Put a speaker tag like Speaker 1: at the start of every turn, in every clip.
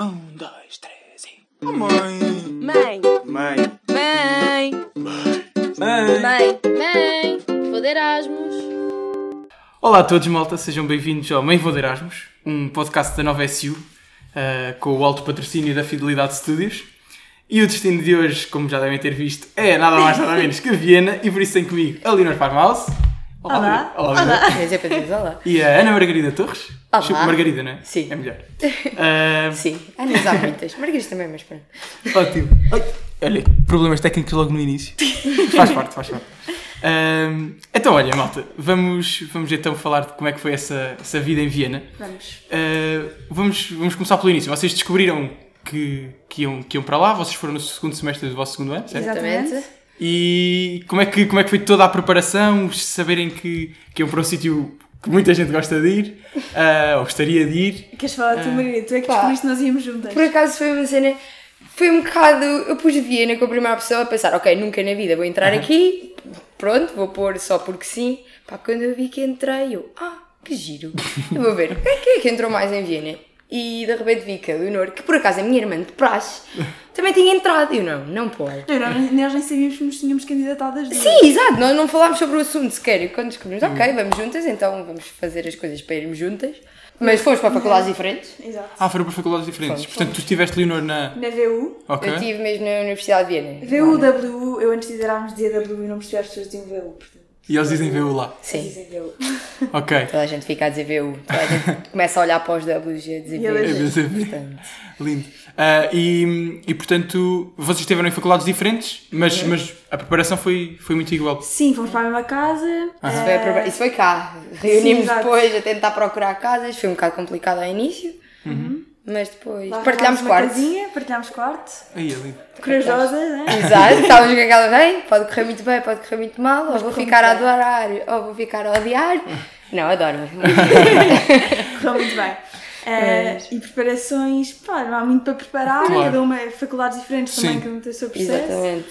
Speaker 1: Um, dois, três e. Oh, mãe!
Speaker 2: Mãe,
Speaker 1: Mãe!
Speaker 2: mãe,
Speaker 1: Mãe!
Speaker 2: mãe, mãe, vou de Erasmus.
Speaker 1: Olá a todos, malta, sejam bem-vindos ao Mãe Vou de Erasmus, um podcast da Nova SU, eh, com o alto patrocínio da Fidelidade Studios. E o destino de hoje, como já devem ter visto, é nada mais nada menos que Viena, e por isso tem comigo a Leonor Farmhouse.
Speaker 3: Olá.
Speaker 1: Olá, Leonor.
Speaker 3: Mas é para dizer olá.
Speaker 1: E a Ana Margarida Torres.
Speaker 3: Olá.
Speaker 1: Chupa Margarida, não é?
Speaker 3: Sim.
Speaker 1: É melhor. Ah,
Speaker 3: Sim, Anas há muitas. Margaridas também, mas pronto.
Speaker 1: Ótimo. Ai, Olha, problemas técnicos logo no início. faz parte, faz parte. Ahm, então, olha, malta, vamos, vamos então falar de como é que foi essa, essa vida em Viena.
Speaker 3: Vamos.
Speaker 1: Ah, vamos, vamos começar pelo início. Vocês descobriram que, que, iam, que iam para lá, vocês foram no segundo semestre do vosso segundo ano, certo?
Speaker 3: Exatamente.
Speaker 1: E como é, que, como é que foi toda a preparação, os saberem que, que iam para um sítio que muita gente gosta de ir, ah, ou gostaria de ir?
Speaker 4: Queres falar da tua Margarida? Tu é que
Speaker 3: Ah. Pá.
Speaker 4: descobriste nós íamos juntas.
Speaker 3: Por acaso foi uma cena. Foi um bocado. Eu pus Viena com a primeira pessoa a pensar, ok, nunca na vida vou entrar aqui, pronto, vou pôr só porque sim. Pá, quando eu vi que entrei, eu, ah, que giro. Eu vou ver, quem quem é que entrou mais em Viena? E de repente vi que a Leonor, que por acaso é minha irmã de praxe, também tinha entrado. E eu, não, não pode.
Speaker 4: Não, nós- nós nem sabíamos que nos tínhamos candidatado às duas.
Speaker 3: Sim, exato, nós não falámos sobre o assunto sequer. E quando descobrimos, ok, vamos juntas, então vamos fazer as coisas para irmos juntas. Mas fomos para faculdades diferentes.
Speaker 4: Exato.
Speaker 1: Ah, foram para faculdades diferentes.
Speaker 3: Fomos,
Speaker 1: Portanto, tu estiveste, Leonor, na...
Speaker 4: Na VU.
Speaker 1: Ok.
Speaker 3: Eu estive mesmo na Universidade de Viena.
Speaker 4: VUW, eu antes de Erasmus dizia WU e não percebia as pessoas diziam VU, portanto.
Speaker 1: E eles dizem vê-o lá.
Speaker 3: Sim.
Speaker 4: Dizem VU.
Speaker 1: Ok.
Speaker 3: Toda a gente fica a dizer VU. Toda a gente começa a olhar para os Ws e a dizer
Speaker 4: E elas-
Speaker 3: VU.
Speaker 1: Lindo. Ah, e, e portanto, vocês estiveram em faculdades diferentes, mas, mas a preparação foi, foi muito igual.
Speaker 4: Sim, fomos para a mesma casa. eh,
Speaker 3: Isso foi, a prova- isso foi cá. Reunimos
Speaker 4: "Ah, exato.
Speaker 3: depois a tentar procurar casas. Foi um bocado complicado ao início. Mas depois
Speaker 4: lá arrumámos
Speaker 3: partilhámos
Speaker 4: uma
Speaker 3: quartos.
Speaker 4: Casinha, partilhámos quarto.
Speaker 1: Aí, é lindo.
Speaker 4: Corajosa, né?
Speaker 3: Exato, estávamos com aquela bem, pode correr muito bem, pode correr muito mal, ou vou ficar a
Speaker 4: é?"
Speaker 3: adorar, ou vou ficar a odiar. Não, adoro.
Speaker 4: Correu muito bem. Eh, e preparações, pá, não há muito para preparar,
Speaker 1: Claro.
Speaker 4: cada uma faculdades diferentes
Speaker 1: Sim.
Speaker 4: também, cada uma tem o seu processo.
Speaker 3: Exatamente.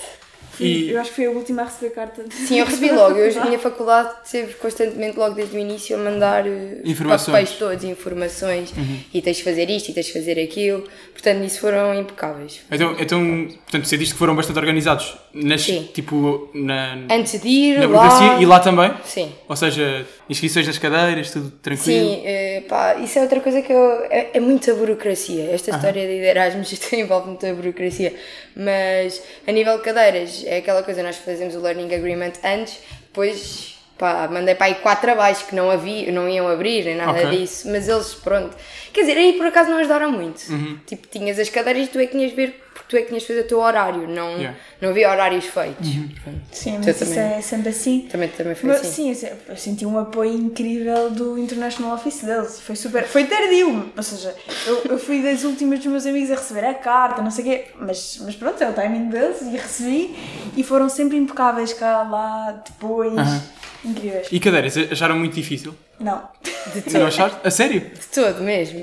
Speaker 4: Fui-
Speaker 1: E-
Speaker 4: Eu acho que fui a última a receber carta.
Speaker 3: Sim, eu recebi logo. Eu, a minha faculdade teve constantemente, logo desde o início, a mandar eh,
Speaker 1: Informações. Uhum.
Speaker 3: papéis todos, informações, e tens de fazer isto, e tens de fazer aquilo. Portanto, isso foram impecáveis.
Speaker 1: Então, então portanto, você diz que foram bastante organizados, nas,
Speaker 3: Sim.
Speaker 1: tipo, na, na
Speaker 3: Antes de ir
Speaker 1: burocracia
Speaker 3: lá...
Speaker 1: e lá também?
Speaker 3: Sim.
Speaker 1: Ou seja, inscrições nas cadeiras, tudo tranquilo?
Speaker 3: Sim, eh, pá, isso é outra coisa que eu. É, é muita burocracia. Esta história de Erasmus isto envolve muita burocracia. Mas a nível de cadeiras, é aquela coisa, nós fazemos o Learning Agreement antes, depois, pá, mandei para aí quatro abaixo que não, havia, não iam abrir, nem nada
Speaker 1: Ok.
Speaker 3: disso. Mas eles, pronto. Quer dizer, aí por acaso não ajudaram muito. Tipo, tinhas as cadeiras e tu é que tinhas de ver, porque tu é que tinhas de fazer o teu horário, não,
Speaker 1: Yeah.
Speaker 3: não havia horários feitos. Pronto,
Speaker 4: Sim,
Speaker 3: Tu
Speaker 4: mas isso
Speaker 3: também.
Speaker 4: é sempre assim.
Speaker 3: Também, também foi
Speaker 4: Mas,
Speaker 3: assim.
Speaker 4: sim, eu se- eu senti um apoio incrível do International Office deles. Foi super. Foi tardio. Ou seja, eu, eu fui das últimas dos meus amigos a receber a carta, não sei o quê. Mas, mas pronto, é o timing deles e recebi. E foram sempre impecáveis cá, lá, depois.
Speaker 1: Aham.
Speaker 4: Incríveis.
Speaker 1: E cadeiras, acharam muito difícil?
Speaker 4: Não.
Speaker 3: De todo.
Speaker 1: Não acharam? A sério?
Speaker 3: De todo mesmo.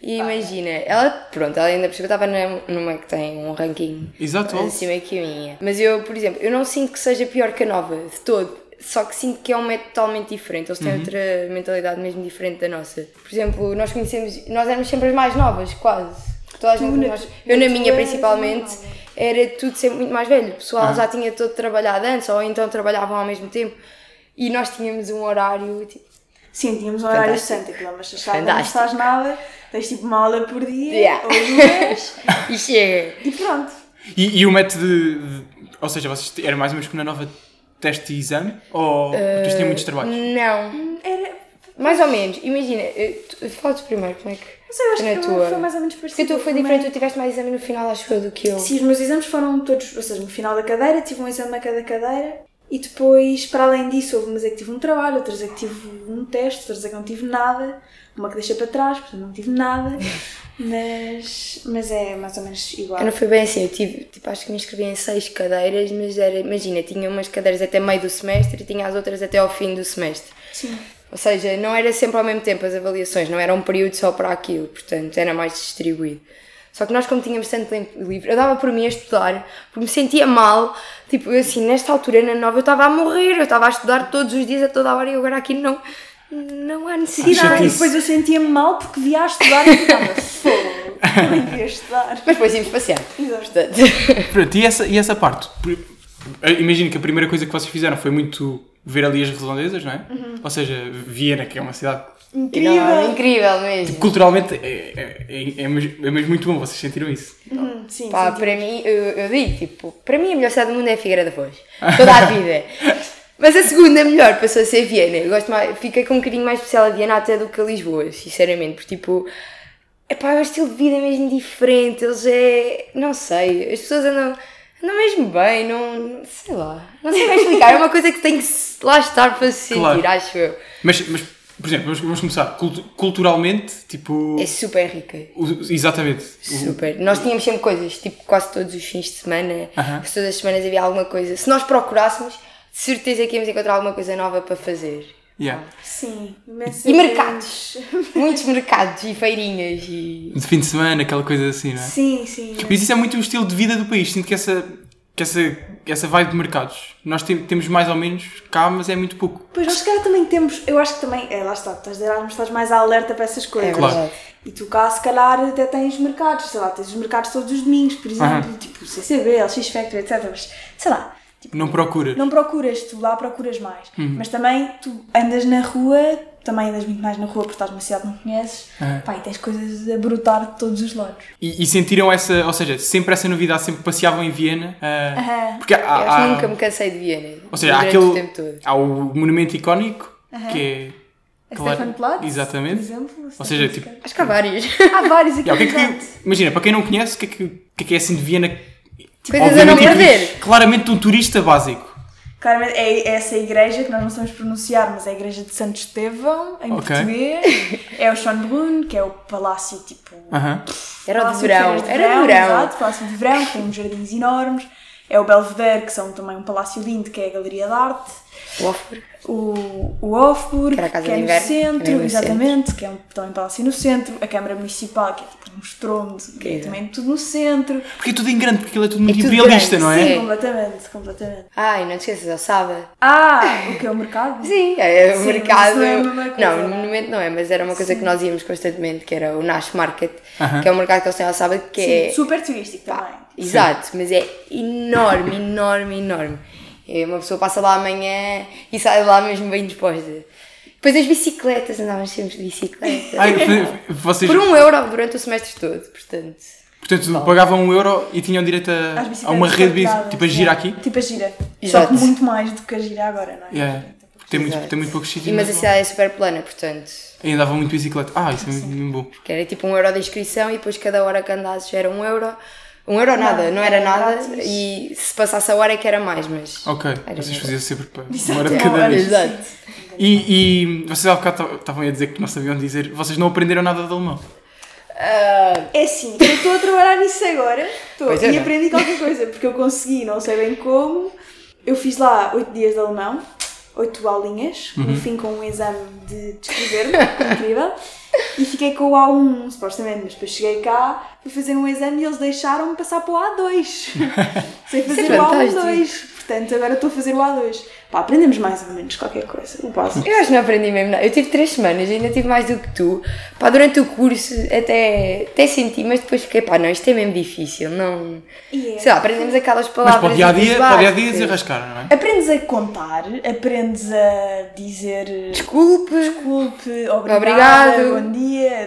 Speaker 3: E imagina, ela, pronto, ela ainda por cima estava na- numa que tem um ranking
Speaker 1: Exato.
Speaker 3: acima que a minha. Mas eu, por exemplo, eu não sinto que seja pior que a nova, de todo. Só que sinto que é um método totalmente diferente. Eles têm outra mentalidade mesmo diferente da nossa. Por exemplo, nós conhecemos, nós éramos sempre as mais novas, quase. Toda a gente,
Speaker 4: na
Speaker 3: nós-
Speaker 4: tu-
Speaker 3: eu na
Speaker 4: tu
Speaker 3: minha
Speaker 4: eras
Speaker 3: principalmente,
Speaker 4: mais nova.
Speaker 3: era tudo sempre muito mais velho. O pessoal já tinha todo trabalhado antes, ou então trabalhavam ao mesmo tempo. E nós tínhamos um horário, tipo,
Speaker 4: Sim, tínhamos um horário
Speaker 3: Fantástico.
Speaker 4: santo, aquilo é uma chachada, não
Speaker 3: Fantástico.
Speaker 4: estás nada, tens tipo uma aula por dia,
Speaker 3: Yeah.
Speaker 4: ou duas,
Speaker 3: e chega.
Speaker 4: e pronto.
Speaker 1: E, e o método de, de- Ou seja, vocês t- era mais ou menos como na nova teste e exame? Ou
Speaker 3: Eh,
Speaker 1: vocês tinham muitos trabalhos?
Speaker 3: Não.
Speaker 4: Era,
Speaker 3: Mais ou menos, imagina, eu- tu- fala-te primeiro como é que.
Speaker 4: não sei, eu acho
Speaker 3: na
Speaker 4: que
Speaker 3: tua.
Speaker 4: foi mais ou menos parecido.
Speaker 3: Porque tu foi
Speaker 4: com o
Speaker 3: diferente,
Speaker 4: meu.
Speaker 3: tu tiveste mais exame no final, acho eu, do que eu.
Speaker 4: Sim, os meus exames foram todos, ou seja, no final da cadeira, tive um exame a cada cadeira e depois, para além disso, houve umas é que tive um trabalho, outras é que tive um teste, outras é que não tive nada, uma que deixei para trás, portanto não tive nada, mas, mas é mais ou menos igual.
Speaker 3: Eu não foi bem assim, eu tive, tipo, acho que me inscrevi em seis cadeiras, mas era, imagina, tinha umas cadeiras até meio do semestre e tinha as outras até ao fim do semestre.
Speaker 4: Sim.
Speaker 3: Ou seja, não era sempre ao mesmo tempo as avaliações, não era um período só para aquilo, portanto era mais distribuído. Só que nós, como tínhamos tanto tempo livre, eu dava por mim a estudar, porque me sentia mal. Tipo, eu assim, nesta altura, na nova, eu estava a morrer, eu estava a estudar todos os dias, a toda a hora, e agora aqui não, não há
Speaker 4: E
Speaker 3: necessidade.
Speaker 4: nada, e
Speaker 1: chatice.
Speaker 4: depois eu sentia-me mal porque via a estudar e ficava fogo. nem queria estudar.
Speaker 3: Mas depois íamos passear.
Speaker 4: Exato.
Speaker 3: Portanto,
Speaker 1: Pronto, e essa, e essa parte? Por- eu Imagino que a primeira coisa que vocês fizeram foi muito ver ali as redondezas, não é?
Speaker 3: Uhum.
Speaker 1: Ou seja, Viena, que é uma cidade que
Speaker 4: Incrível.
Speaker 3: não, incrível mesmo.
Speaker 1: culturalmente é, é, é, é mesmo, é mesmo muito bom, vocês sentiram isso.
Speaker 4: Hum, sim,
Speaker 3: Pá,
Speaker 4: sim,
Speaker 3: para mim, eu, eu digo, tipo, para mim a melhor cidade do mundo é a Figueira da Foz. Toda a vida. Mas a segunda melhor passou a ser Viena. Eu gosto mais, fiquei com um bocadinho mais especial a Viena até do que a Lisboa, sinceramente, porque tipo. Epá, é um estilo de vida mesmo diferente, eles é. não sei, as pessoas andam, andam mesmo bem, não. sei lá, não sei bem explicar, é uma coisa que tem que se- lá estar para se sentir,
Speaker 1: Claro.
Speaker 3: acho eu.
Speaker 1: Mas, mas por exemplo, vamos, vamos começar. Cultu- culturalmente, tipo.
Speaker 3: É super rica,
Speaker 1: o- exatamente. O-
Speaker 3: Super. Nós tínhamos sempre coisas, tipo, quase todos os fins de semana,
Speaker 1: Aham.
Speaker 3: quase todas as semanas havia alguma coisa. Se nós procurássemos, de certeza que íamos encontrar alguma coisa nova para fazer.
Speaker 1: yeah.
Speaker 4: Sim, é- imensos-
Speaker 3: E mercados. Muitos mercados e feirinhas e.
Speaker 1: De fim de semana, aquela coisa assim, não é?
Speaker 4: Sim, sim.
Speaker 1: Mas isso é muito o estilo de vida do país. Sinto que essa, que essa, que essa vibe de mercados. Nós tem- temos mais ou menos cá, mas é muito pouco.
Speaker 4: Pois nós, se calhar, também temos. Eu acho que também. É, lá está, tu estás de Erasmus, estás mais alerta para essas coisas.
Speaker 3: É verdade.
Speaker 4: E tu cá, se calhar, até tens mercados, sei lá, tens os mercados todos os domingos, por exemplo, tipo CCB, LX Factory, etc. Mas, sei lá, tipo,
Speaker 1: Não procura.
Speaker 4: não procuras, tu lá procuras mais.
Speaker 1: Uhum.
Speaker 4: Mas também, tu andas na rua, também andas muito mais na rua porque estás numa cidade que não conheces,
Speaker 1: Aham.
Speaker 4: pá, e tens coisas a brotar de todos os lados.
Speaker 1: E, e sentiram essa, ou seja, sempre essa novidade, sempre passeavam em Viena. ah,
Speaker 4: Aham.
Speaker 1: Porque há,
Speaker 3: Eu acho
Speaker 4: ah.
Speaker 3: que
Speaker 1: há-
Speaker 3: nunca me cansei de Viena.
Speaker 1: ou seja, há
Speaker 3: durante o
Speaker 1: aquele,
Speaker 3: tempo todo.
Speaker 1: há o monumento icónico, que é...
Speaker 4: A
Speaker 1: claro,
Speaker 4: Stephanplatz,
Speaker 1: Exatamente.
Speaker 4: por exemplo.
Speaker 1: Ou seja,
Speaker 4: Stephanplatz.
Speaker 1: tipo,
Speaker 3: Acho que há vários.
Speaker 4: Há vários aqui.
Speaker 1: Yeah, o que é que-
Speaker 4: exato.
Speaker 1: imagina, para quem não conhece, o que é que, o que é, que é assim de Viena? Tipo,
Speaker 3: Coisas a
Speaker 1: Obviamente,
Speaker 3: não
Speaker 1: inclui-
Speaker 3: perder.
Speaker 1: Claramente um turista básico.
Speaker 4: Claramente, é essa igreja que nós não sabemos pronunciar, mas é a igreja de Santo Estevão, em
Speaker 1: Ok.
Speaker 4: português. É o Schönbrunn, que é o palácio tipo.
Speaker 1: Aham.
Speaker 3: Era de
Speaker 4: palácio
Speaker 3: verão.
Speaker 4: férias de
Speaker 3: Era de verão.
Speaker 4: Exato, palácio de verão, que tem uns jardins enormes. É o Belvedere, que são também um palácio lindo, que é a Galeria de Arte.
Speaker 3: O Offer.
Speaker 4: O, o Hofburg,
Speaker 3: Que era a
Speaker 4: que,
Speaker 3: Casa
Speaker 4: é
Speaker 3: de
Speaker 4: no
Speaker 3: Inverno, também
Speaker 4: centro,
Speaker 3: no
Speaker 4: exatamente, que é um, também um palácio no centro. A Câmara Municipal, que é tipo um estrondo, que é
Speaker 3: Incrível.
Speaker 4: também tudo no centro.
Speaker 1: Porque é tudo em grande, porque aquilo é tudo muito
Speaker 3: tudo
Speaker 1: imperialista,
Speaker 3: grande,
Speaker 1: não é?
Speaker 4: Sim,
Speaker 3: É.
Speaker 4: completamente, completamente.
Speaker 3: Ai, não te esqueças, ao sábado.
Speaker 4: Ah, o que é o mercado?
Speaker 3: Sim, é, o
Speaker 4: Sim,
Speaker 3: mercado.
Speaker 4: mas isso não é a mesma coisa,
Speaker 3: não,
Speaker 4: não é?
Speaker 3: no momento não é, mas era uma coisa que nós íamos constantemente, que era o Nash Market,
Speaker 1: Aham.
Speaker 3: que é um mercado que eles têm ao sábado, que
Speaker 4: Sim,
Speaker 3: é.
Speaker 4: super turístico também.
Speaker 3: Exato, mas é enorme, enorme, enorme. É, Uma pessoa passa lá amanhã e sai lá mesmo bem disposta. Depois as bicicletas, andávamos sempre de bicicleta.
Speaker 1: Ai, v- vocês,
Speaker 3: Por um euro durante o semestre todo, portanto.
Speaker 1: portanto, pagavam um euro e tinham direito a,
Speaker 4: Às
Speaker 1: a
Speaker 4: bicicletas
Speaker 1: uma rede de bici-
Speaker 4: partilhadas,
Speaker 1: tipo a gira
Speaker 4: yeah.
Speaker 1: aqui.
Speaker 4: Tipo a gira.
Speaker 3: Exato.
Speaker 4: Só que muito mais do que a gira agora, não é?
Speaker 1: Yeah. Tem, muito,
Speaker 3: Exato.
Speaker 1: tem muito poucos
Speaker 3: é. E,
Speaker 1: sítios.
Speaker 3: mas a
Speaker 1: mas
Speaker 3: cidade é super plana, portanto.
Speaker 1: bom. E andavam muito de bicicleta. Ah, isso é muito, muito bom.
Speaker 3: Que era tipo um euro de inscrição e depois cada hora que andasses era um euro. Um euro nada, não era nada.
Speaker 4: grátis.
Speaker 3: E se passasse a hora é que era mais, mas.
Speaker 1: Ok,
Speaker 3: Era
Speaker 1: vocês
Speaker 3: bom.
Speaker 1: faziam sempre para uma hora de
Speaker 4: Uma
Speaker 1: cada
Speaker 4: hora,
Speaker 1: vez.
Speaker 3: Exato.
Speaker 1: E, e vocês há bocado estavam a dizer que não sabiam dizer, vocês não aprenderam nada de alemão.
Speaker 4: É assim, eu estou a trabalhar nisso agora estou,
Speaker 3: Pois é,
Speaker 4: e
Speaker 3: não é?
Speaker 4: aprendi qualquer coisa, porque eu consegui, não sei bem como. Eu fiz lá oito dias de alemão, oito aulinhas,
Speaker 3: Uhum.
Speaker 4: no fim com um exame de descrever-me, incrível. E fiquei com o A1, supostamente, mas depois cheguei cá, fui fazer um exame e eles deixaram-me passar para o A2. Sem fazer
Speaker 3: é
Speaker 4: o
Speaker 3: fantástico.
Speaker 4: A1-2. Portanto, agora estou a fazer o A2. Pá, aprendemos mais ou menos qualquer coisa, o básico.
Speaker 3: Eu acho que não aprendi mesmo nada. Eu tive três semanas, ainda tive mais do que tu. Pá, durante o curso até, até senti, mas depois fiquei, pá, não, isto é mesmo difícil. Não.
Speaker 4: E é.
Speaker 3: Sei lá, aprendemos aquelas
Speaker 1: Mas
Speaker 3: palavras.
Speaker 1: para o dia a dia,
Speaker 3: muito
Speaker 1: para o dia a dia
Speaker 3: básicas.
Speaker 1: desenrascaram, não é?
Speaker 4: Aprendes a contar, aprendes a dizer
Speaker 3: Desculpe.
Speaker 4: desculpe, obrigada,
Speaker 3: Obrigado.
Speaker 4: bom dia, adeus,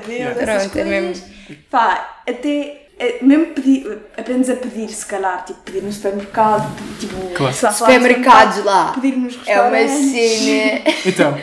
Speaker 1: Yeah.
Speaker 4: essas
Speaker 3: Pronto, é
Speaker 4: coisas. Pá, até eh, mesmo pedir, aprendes a pedir, se calhar, tipo, pedir no supermercado, tipo,
Speaker 1: Claro.
Speaker 4: sei lá, falar um no
Speaker 3: Supermercados
Speaker 4: supermercado,
Speaker 3: lá.
Speaker 4: pedir nos
Speaker 3: É uma
Speaker 4: restaurantes.
Speaker 3: cena.
Speaker 1: Então,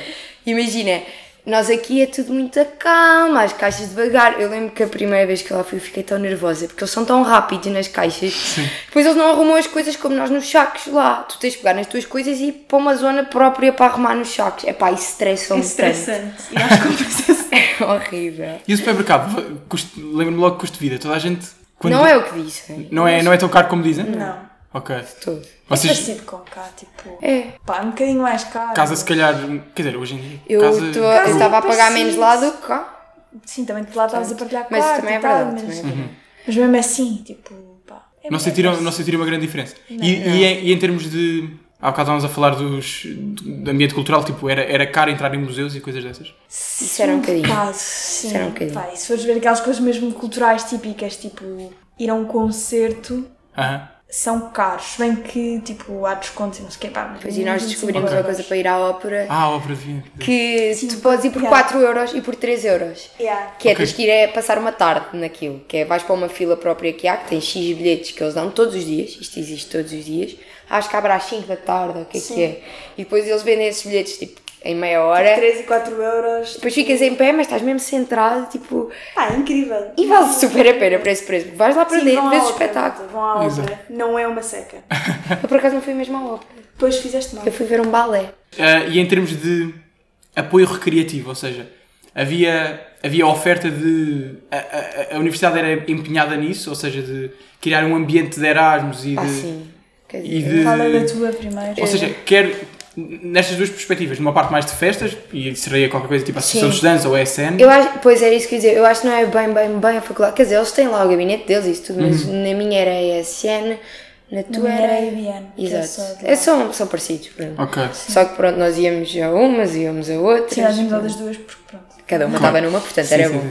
Speaker 3: Imagina, nós aqui é tudo muito a calma, as caixas devagar. Eu lembro que a primeira vez que eu lá fui eu fiquei tão nervosa, porque eles são tão rápidos nas caixas. Depois eles não arrumam as coisas como nós nos sacos lá. Tu tens de pegar nas tuas coisas e ir para uma zona própria para arrumar nos sacos. É pá,
Speaker 4: É
Speaker 3: isso estressam-me tanto.
Speaker 4: estressante. E acho que compensa-se.
Speaker 3: É horrível.
Speaker 1: e o supermercado, custo- lembro-me logo que custo de vida, toda a gente... quando-
Speaker 3: Não é o que dizem.
Speaker 1: não, é, não é tão caro como dizem?
Speaker 4: Não.
Speaker 1: Ok.
Speaker 3: Tudo.
Speaker 4: É
Speaker 1: Vocês,
Speaker 4: parecido com cá, tipo.
Speaker 3: É.
Speaker 4: Pá, um bocadinho mais caro.
Speaker 1: casa se calhar, quer dizer, hoje em dia...
Speaker 3: Eu,
Speaker 1: casa,
Speaker 3: tô- eu
Speaker 4: Casa
Speaker 3: estava a pagar
Speaker 4: parecido.
Speaker 3: menos lá do que cá.
Speaker 4: Sim, também de lá estavas a partilhar
Speaker 3: Mas isso
Speaker 4: quarto
Speaker 3: também é
Speaker 4: e tal,
Speaker 3: verdade.
Speaker 4: mas,
Speaker 3: também é verdade.
Speaker 4: mas mesmo assim, tipo, pá. é bem-
Speaker 1: não sentiram, não sentiram uma grande diferença. e, e em, e em é, termos de, Há bocado estávamos a falar dos, do ambiente cultural, tipo, era, era caro entrar em museus e coisas dessas.
Speaker 3: Isso era um bocadinho.
Speaker 4: Pá, sim.
Speaker 3: era um bocadinho.
Speaker 4: Pá, e se fores ver aquelas coisas mesmo culturais típicas, tipo ir a um concerto,
Speaker 1: Aham.
Speaker 4: são caros. se Bem que, tipo, há descontos e não sei o quê. Pá, assim
Speaker 3: Pois e nós descobrimos
Speaker 1: Ok.
Speaker 3: uma coisa para ir à ópera
Speaker 1: Ah, a ópera de vinho.
Speaker 3: que tu podes ir por
Speaker 4: yeah.
Speaker 3: 4 euros e por 3 euros.
Speaker 4: Yeah.
Speaker 3: Que é,
Speaker 1: Ok.
Speaker 3: tens que ir é passar uma tarde naquilo, que é vais para uma fila própria que há, que tem X bilhetes que eles dão todos os dias, isto existe todos os dias, acho que abre às 5 da tarde, ou o que é que é, e depois eles vendem esses bilhetes tipo em meia hora,
Speaker 4: 3 e 4 euros.
Speaker 3: depois ficas em pé, mas estás mesmo centrado, tipo,
Speaker 4: Pá, é incrível.
Speaker 3: e vale super a pena para esse preço, porque vais lá para
Speaker 4: Sim,
Speaker 3: dentro,
Speaker 4: vão à
Speaker 3: vês o
Speaker 4: ópera,
Speaker 3: espetáculo.
Speaker 4: Vão à
Speaker 1: Exato.
Speaker 4: ópera. Não é uma seca.
Speaker 3: Eu por acaso não fui mesmo à ópera,
Speaker 4: Depois fizeste mal.
Speaker 3: eu fui ver um balé.
Speaker 1: Ah, e em termos de apoio recreativo, ou seja, havia, havia oferta de. A, a- a universidade era empenhada nisso, ou seja, de criar um ambiente de Erasmus e
Speaker 3: Ah,
Speaker 1: de.
Speaker 3: sim. Quer dizer,
Speaker 1: E de-
Speaker 4: Fala
Speaker 3: Eh,
Speaker 4: da tua primeiro.
Speaker 1: Ou seja, quer nestas duas perspectivas, numa parte mais de festas, e seria qualquer coisa tipo a Associação de
Speaker 3: Sim.
Speaker 1: Estudantes ou a ESN,
Speaker 3: Eu acho, pois era isso que eu ia dizer, eu acho que não é bem, bem, bem a faculdade. Quer dizer, eles têm lá o gabinete deles e isso tudo, mas
Speaker 1: Uhum.
Speaker 3: na minha era a ESN, na tua
Speaker 4: minha
Speaker 3: era
Speaker 4: era a IBM, que é só
Speaker 3: Exato.
Speaker 4: de
Speaker 3: É, são, são parecidos, pronto.
Speaker 1: Ok.
Speaker 3: Só que pronto, nós íamos a umas, íamos a outras.
Speaker 4: Sim, nós vimos das duas porque pronto.
Speaker 3: Cada uma estava numa, portanto
Speaker 1: Sim,
Speaker 3: era
Speaker 1: sim,
Speaker 3: bom.
Speaker 1: sim.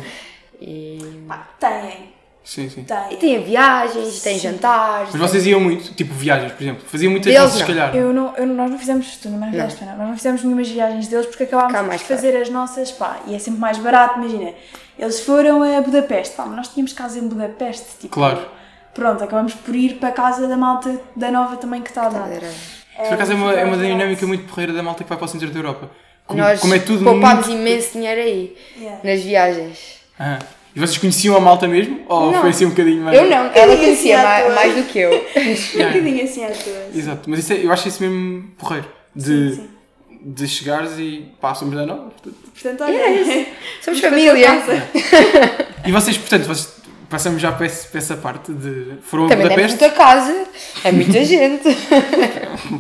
Speaker 3: E...
Speaker 4: Pá, têm.
Speaker 1: Sim, sim.
Speaker 3: e
Speaker 4: Têm.
Speaker 3: tem viagens, tem jantares.
Speaker 1: Mas vocês iam muito, tipo viagens, por exemplo, faziam muitas
Speaker 3: Deles
Speaker 1: vezes, se
Speaker 3: não.
Speaker 1: calhar.
Speaker 4: Eu não, eu, nós não fizemos, tu não mais fizeste, Fernanda, nós não fizemos nenhumas viagens deles porque acabámos
Speaker 3: Cá
Speaker 4: por
Speaker 3: mais
Speaker 4: fazer as nossas, pá, e é sempre mais barato, imagina. Eles foram a Budapeste, pá, mas nós tínhamos casa em Budapeste, tipo.
Speaker 1: Claro.
Speaker 4: Pronto, acabamos por ir para a casa da malta da nova também que está lá.
Speaker 3: Era-
Speaker 1: Por acaso é uma, é uma
Speaker 4: Ficava
Speaker 1: dinâmica
Speaker 4: barato.
Speaker 1: muito porreira da malta que vai para o centro da Europa. Como,
Speaker 3: Nós
Speaker 1: como é tudo
Speaker 3: poupámos
Speaker 1: muito...
Speaker 3: imenso dinheiro aí,
Speaker 4: Yeah.
Speaker 3: nas viagens.
Speaker 1: Aham. Ah, E vocês conheciam a malta mesmo? Ou
Speaker 3: Não.
Speaker 1: foi assim um bocadinho mais...
Speaker 3: Eu não, ela conhecia
Speaker 4: à
Speaker 3: mais,
Speaker 4: toa.
Speaker 3: mais do que eu.
Speaker 4: Um bocadinho assim às duas.
Speaker 1: Exato, mas isso é- eu acho isso mesmo porreiro. De,
Speaker 4: Sim,
Speaker 1: de chegares e pá, somos da nova. portanto.
Speaker 3: É
Speaker 4: Portanto, olha.
Speaker 3: Somos família.
Speaker 1: E vocês, portanto, vocês passamos já para essa, para essa parte de... Foram
Speaker 3: Também
Speaker 1: a
Speaker 3: não é
Speaker 1: Budapeste?
Speaker 3: muita casa, é muita gente.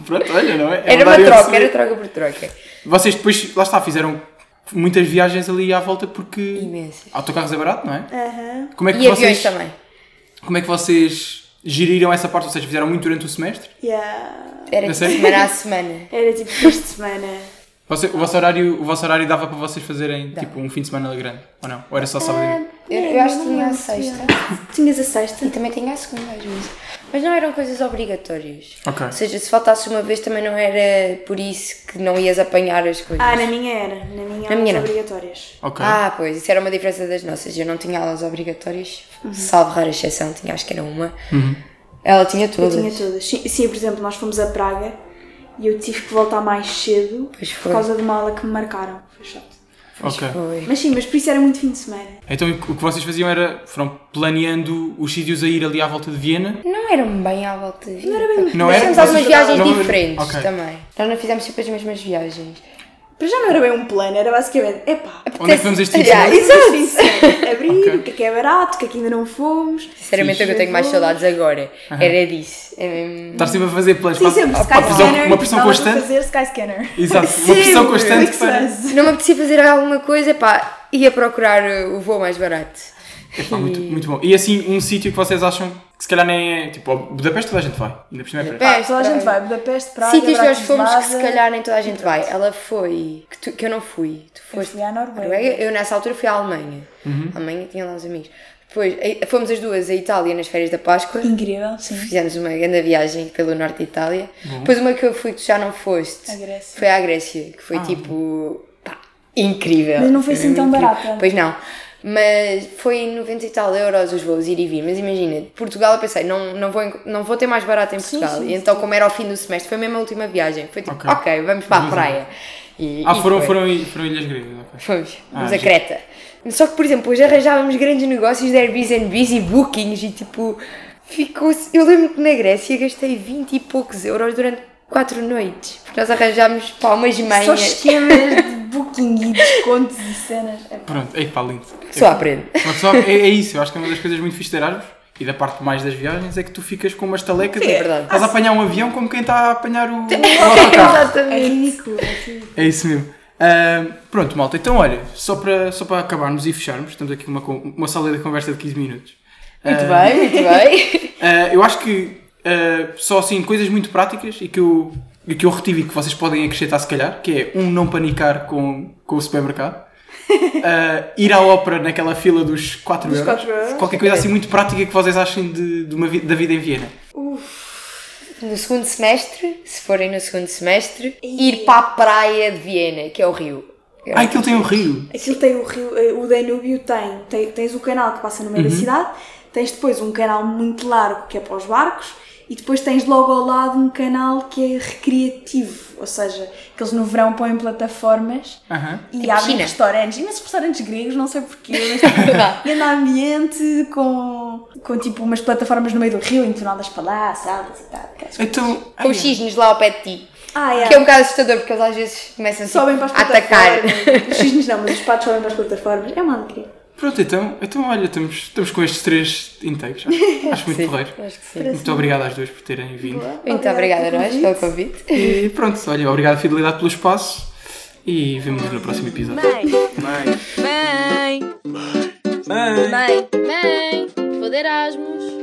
Speaker 1: Pronto, olha, não é? É
Speaker 3: Era
Speaker 1: andar
Speaker 3: uma
Speaker 1: e
Speaker 3: troca,
Speaker 1: receber.
Speaker 3: era troca por troca.
Speaker 1: Vocês depois, lá está, fizeram muitas viagens ali à volta porque...
Speaker 3: Imensas.
Speaker 1: Autocarros é barato, não é?
Speaker 4: Aham.
Speaker 1: Como é que
Speaker 3: E aviões
Speaker 1: vocês...
Speaker 3: também.
Speaker 1: Como é que vocês geriram essa parte? Ou seja, fizeram muito durante o semestre?
Speaker 4: Yeah.
Speaker 3: Era
Speaker 1: A
Speaker 3: de
Speaker 1: É sério?
Speaker 3: semana a semana.
Speaker 4: Era tipo fim de semana.
Speaker 1: Você- o, vosso horário, o vosso horário dava para vocês fazerem tipo um fim de semana grande, ou não? Ou era só sábado? e
Speaker 4: Ehm,
Speaker 1: domingo?
Speaker 3: Eu,
Speaker 4: É,
Speaker 3: eu acho que tinha a sexta.
Speaker 4: Tinhas a sexta?
Speaker 3: E também tinha a segunda às vezes. Mas não eram coisas obrigatórias.
Speaker 1: Ok.
Speaker 3: Ou seja, se faltasse uma vez também não era por isso que não ias apanhar as coisas.
Speaker 4: Ah, na minha era. Na minha
Speaker 3: Na minha
Speaker 4: eram
Speaker 3: não.
Speaker 4: obrigatórias.
Speaker 1: Ok.
Speaker 3: Ah, pois, isso era uma diferença das nossas. Eu não tinha aulas obrigatórias, salvo rara exceção, tinha acho que era uma.
Speaker 1: Uhum.
Speaker 3: Ela tinha
Speaker 4: Eu
Speaker 3: todas.
Speaker 4: tinha todas. Sim, sim, por exemplo, nós fomos a Praga e eu tive que voltar mais cedo
Speaker 3: Pois
Speaker 4: por
Speaker 3: foi.
Speaker 4: causa de uma aula que me marcaram. Foi chato.
Speaker 1: ok.
Speaker 3: Foi.
Speaker 4: Mas sim, mas por isso era muito fim de semana.
Speaker 1: Então o que vocês faziam era foram planeando os sítios a ir ali à volta de Viena?
Speaker 3: Não eram bem à volta de Não era bem
Speaker 1: Não
Speaker 3: Nós
Speaker 1: era?
Speaker 3: fizemos algumas
Speaker 1: Vocês-
Speaker 3: viagens
Speaker 1: não-
Speaker 3: diferentes
Speaker 1: ok.
Speaker 3: também. Nós não fizemos sempre as mesmas viagens.
Speaker 4: Para já não era bem um plano, era basicamente, epá,
Speaker 1: Onde é que vamos este fim de
Speaker 3: Yeah,
Speaker 1: semana?
Speaker 4: vamos
Speaker 3: isso-
Speaker 4: fim de semana abrir,
Speaker 1: Ok.
Speaker 4: o que é que é barato, o que é que ainda não fomos.
Speaker 3: Sinceramente, é o que eu tenho mais saudades agora. Era disso. É mesmo-
Speaker 1: Estar sempre a fazer planos.
Speaker 4: Sim, sempre,
Speaker 1: Uma- uma pressão,
Speaker 4: Skyscanner,
Speaker 1: uma pressão
Speaker 4: estava a
Speaker 1: constante.
Speaker 4: fazer é. Skyscanner.
Speaker 1: Exato, uma pressão
Speaker 3: Sempre.
Speaker 1: constante
Speaker 4: Fix
Speaker 1: para.
Speaker 4: us.
Speaker 3: Não me apetecia fazer alguma coisa, pá, ia procurar uh, o voo mais barato.
Speaker 1: Epá, muito, muito bom. E assim, um sítio que vocês acham que se calhar nem é. Tipo, ao Budapeste toda a gente vai. Ainda por cima é perto.
Speaker 4: Pá,
Speaker 3: Budapeste,
Speaker 4: toda a gente
Speaker 3: Praga.
Speaker 4: vai, Budapeste, Praga,
Speaker 3: Sítios que nós fomos que se
Speaker 4: Bratislava.
Speaker 3: calhar nem toda a gente vai. Ela foi. Que, tu- que eu não fui. Tu foste.
Speaker 4: fui à Noruega.
Speaker 3: Eu nessa altura fui à Alemanha. A Alemanha tinha lá uns amigos. Depois eh, fomos as duas a Itália nas férias da Páscoa.
Speaker 4: Incrível, sim.
Speaker 3: Uhum. Fizemos uma grande viagem pelo norte de Itália. Depois uma que eu fui que tu já não foste.
Speaker 4: A Grécia. Ah.
Speaker 3: Foi à Grécia, que foi tipo. pá, incrível.
Speaker 4: Mas não foi assim tão
Speaker 3: mesmo incrível.
Speaker 4: barata.
Speaker 3: Pois não. Mas foi 90 e tal euros os voos ir e vir. Mas imagina, Portugal eu pensei, não, não, vou, enco- não vou ter mais barato em Portugal.
Speaker 4: sim,
Speaker 3: e então, como era ao fim do semestre, foi mesmo a última viagem. Foi tipo,
Speaker 1: Ok.
Speaker 3: ok, vamos para a praia. E,
Speaker 1: Ah,
Speaker 3: e
Speaker 1: foram,
Speaker 3: foi.
Speaker 1: foram, i- foram Ilhas Gregas, ok.
Speaker 3: Fomos, fomos
Speaker 1: Ah, já.
Speaker 3: a Creta. Só que, por exemplo, hoje arranjávamos grandes negócios de Airbnbs e bookings e tipo. Ficou Eu lembro que na Grécia gastei 20 e poucos euros durante 4 noites. Porque nós arranjámos para umas
Speaker 4: Só
Speaker 3: manhas.
Speaker 4: esquemas de booking e descontos e cenas. É pá.
Speaker 1: Pronto, epá, lindo.
Speaker 3: Só aprende.
Speaker 1: Uma pessoa- é, é isso, eu acho que é uma das coisas muito fixe de Erasmus e da parte mais das viagens é que tu ficas com uma estaleca de
Speaker 3: Sim, é verdade.
Speaker 1: Estás a apanhar um avião como quem está a apanhar o, o autocarro.
Speaker 4: É
Speaker 3: Exatamente.
Speaker 4: ridículo, é ridículo.
Speaker 1: É isso mesmo. Ahm, pronto, malta, então olha, só para, só para acabarmos e fecharmos, temos aqui uma, con- uma sala de conversa de 15 minutos.
Speaker 3: Muito bem, muito bem.
Speaker 1: Eh, Ah, eu acho que ah, só assim, coisas muito práticas e que eu, e que eu retive e que vocês podem acrescentar se calhar, que é um não panicar com, com o supermercado, ah, ir à ópera naquela fila dos 4
Speaker 4: Dos
Speaker 1: euros,
Speaker 4: quatro euros.
Speaker 1: qualquer coisa assim muito prática que vocês achem de, de uma vi- da vida em Viena.
Speaker 3: No segundo semestre, se forem no segundo semestre,
Speaker 4: Ih.
Speaker 3: ir para a praia de Viena, que é o rio.
Speaker 1: Ah, aquilo tem um rio.
Speaker 4: Aquilo tem o rio, eh, o Danúbio tem, tem- tens o canal que passa no
Speaker 3: Uhum.
Speaker 4: meio da cidade, tens depois um canal muito largo que é para os barcos e depois tens logo ao lado um canal que é recreativo, ou seja, que eles no verão põem plataformas
Speaker 1: Aham.
Speaker 4: e
Speaker 3: Tipo
Speaker 4: abrem
Speaker 3: China.
Speaker 4: restaurantes, imensos restaurantes gregos, não sei porquê, mas grande ambiente com, com tipo umas plataformas no meio do rio entonadas para lá, saladas e tal. aquelas coisas.
Speaker 1: Então,
Speaker 3: Com
Speaker 1: ai,
Speaker 3: os cisnes lá ao pé de ti.
Speaker 4: Ah, é.
Speaker 3: Que é um bocado assustador, porque eles às vezes começam tipo,
Speaker 4: Sobem para né? as
Speaker 3: a atacar.
Speaker 4: plataformas. Os cisnes não, mas os patos sobem para as plataformas. É uma alegria.
Speaker 1: pronto, então, então olha, estamos, estamos com estes três inteiros. Acho muito porreiro.
Speaker 3: Acho que sim.
Speaker 1: Muito obrigado às duas por terem vindo.
Speaker 3: Muito obrigada é? a nós pelo convite.
Speaker 1: E pronto, olha, obrigado Fidelidade pelo espaço e vemo-nos no próximo episódio.
Speaker 2: Mãe,
Speaker 1: Mãe.
Speaker 2: mãe, mãe, vou de Erasmus.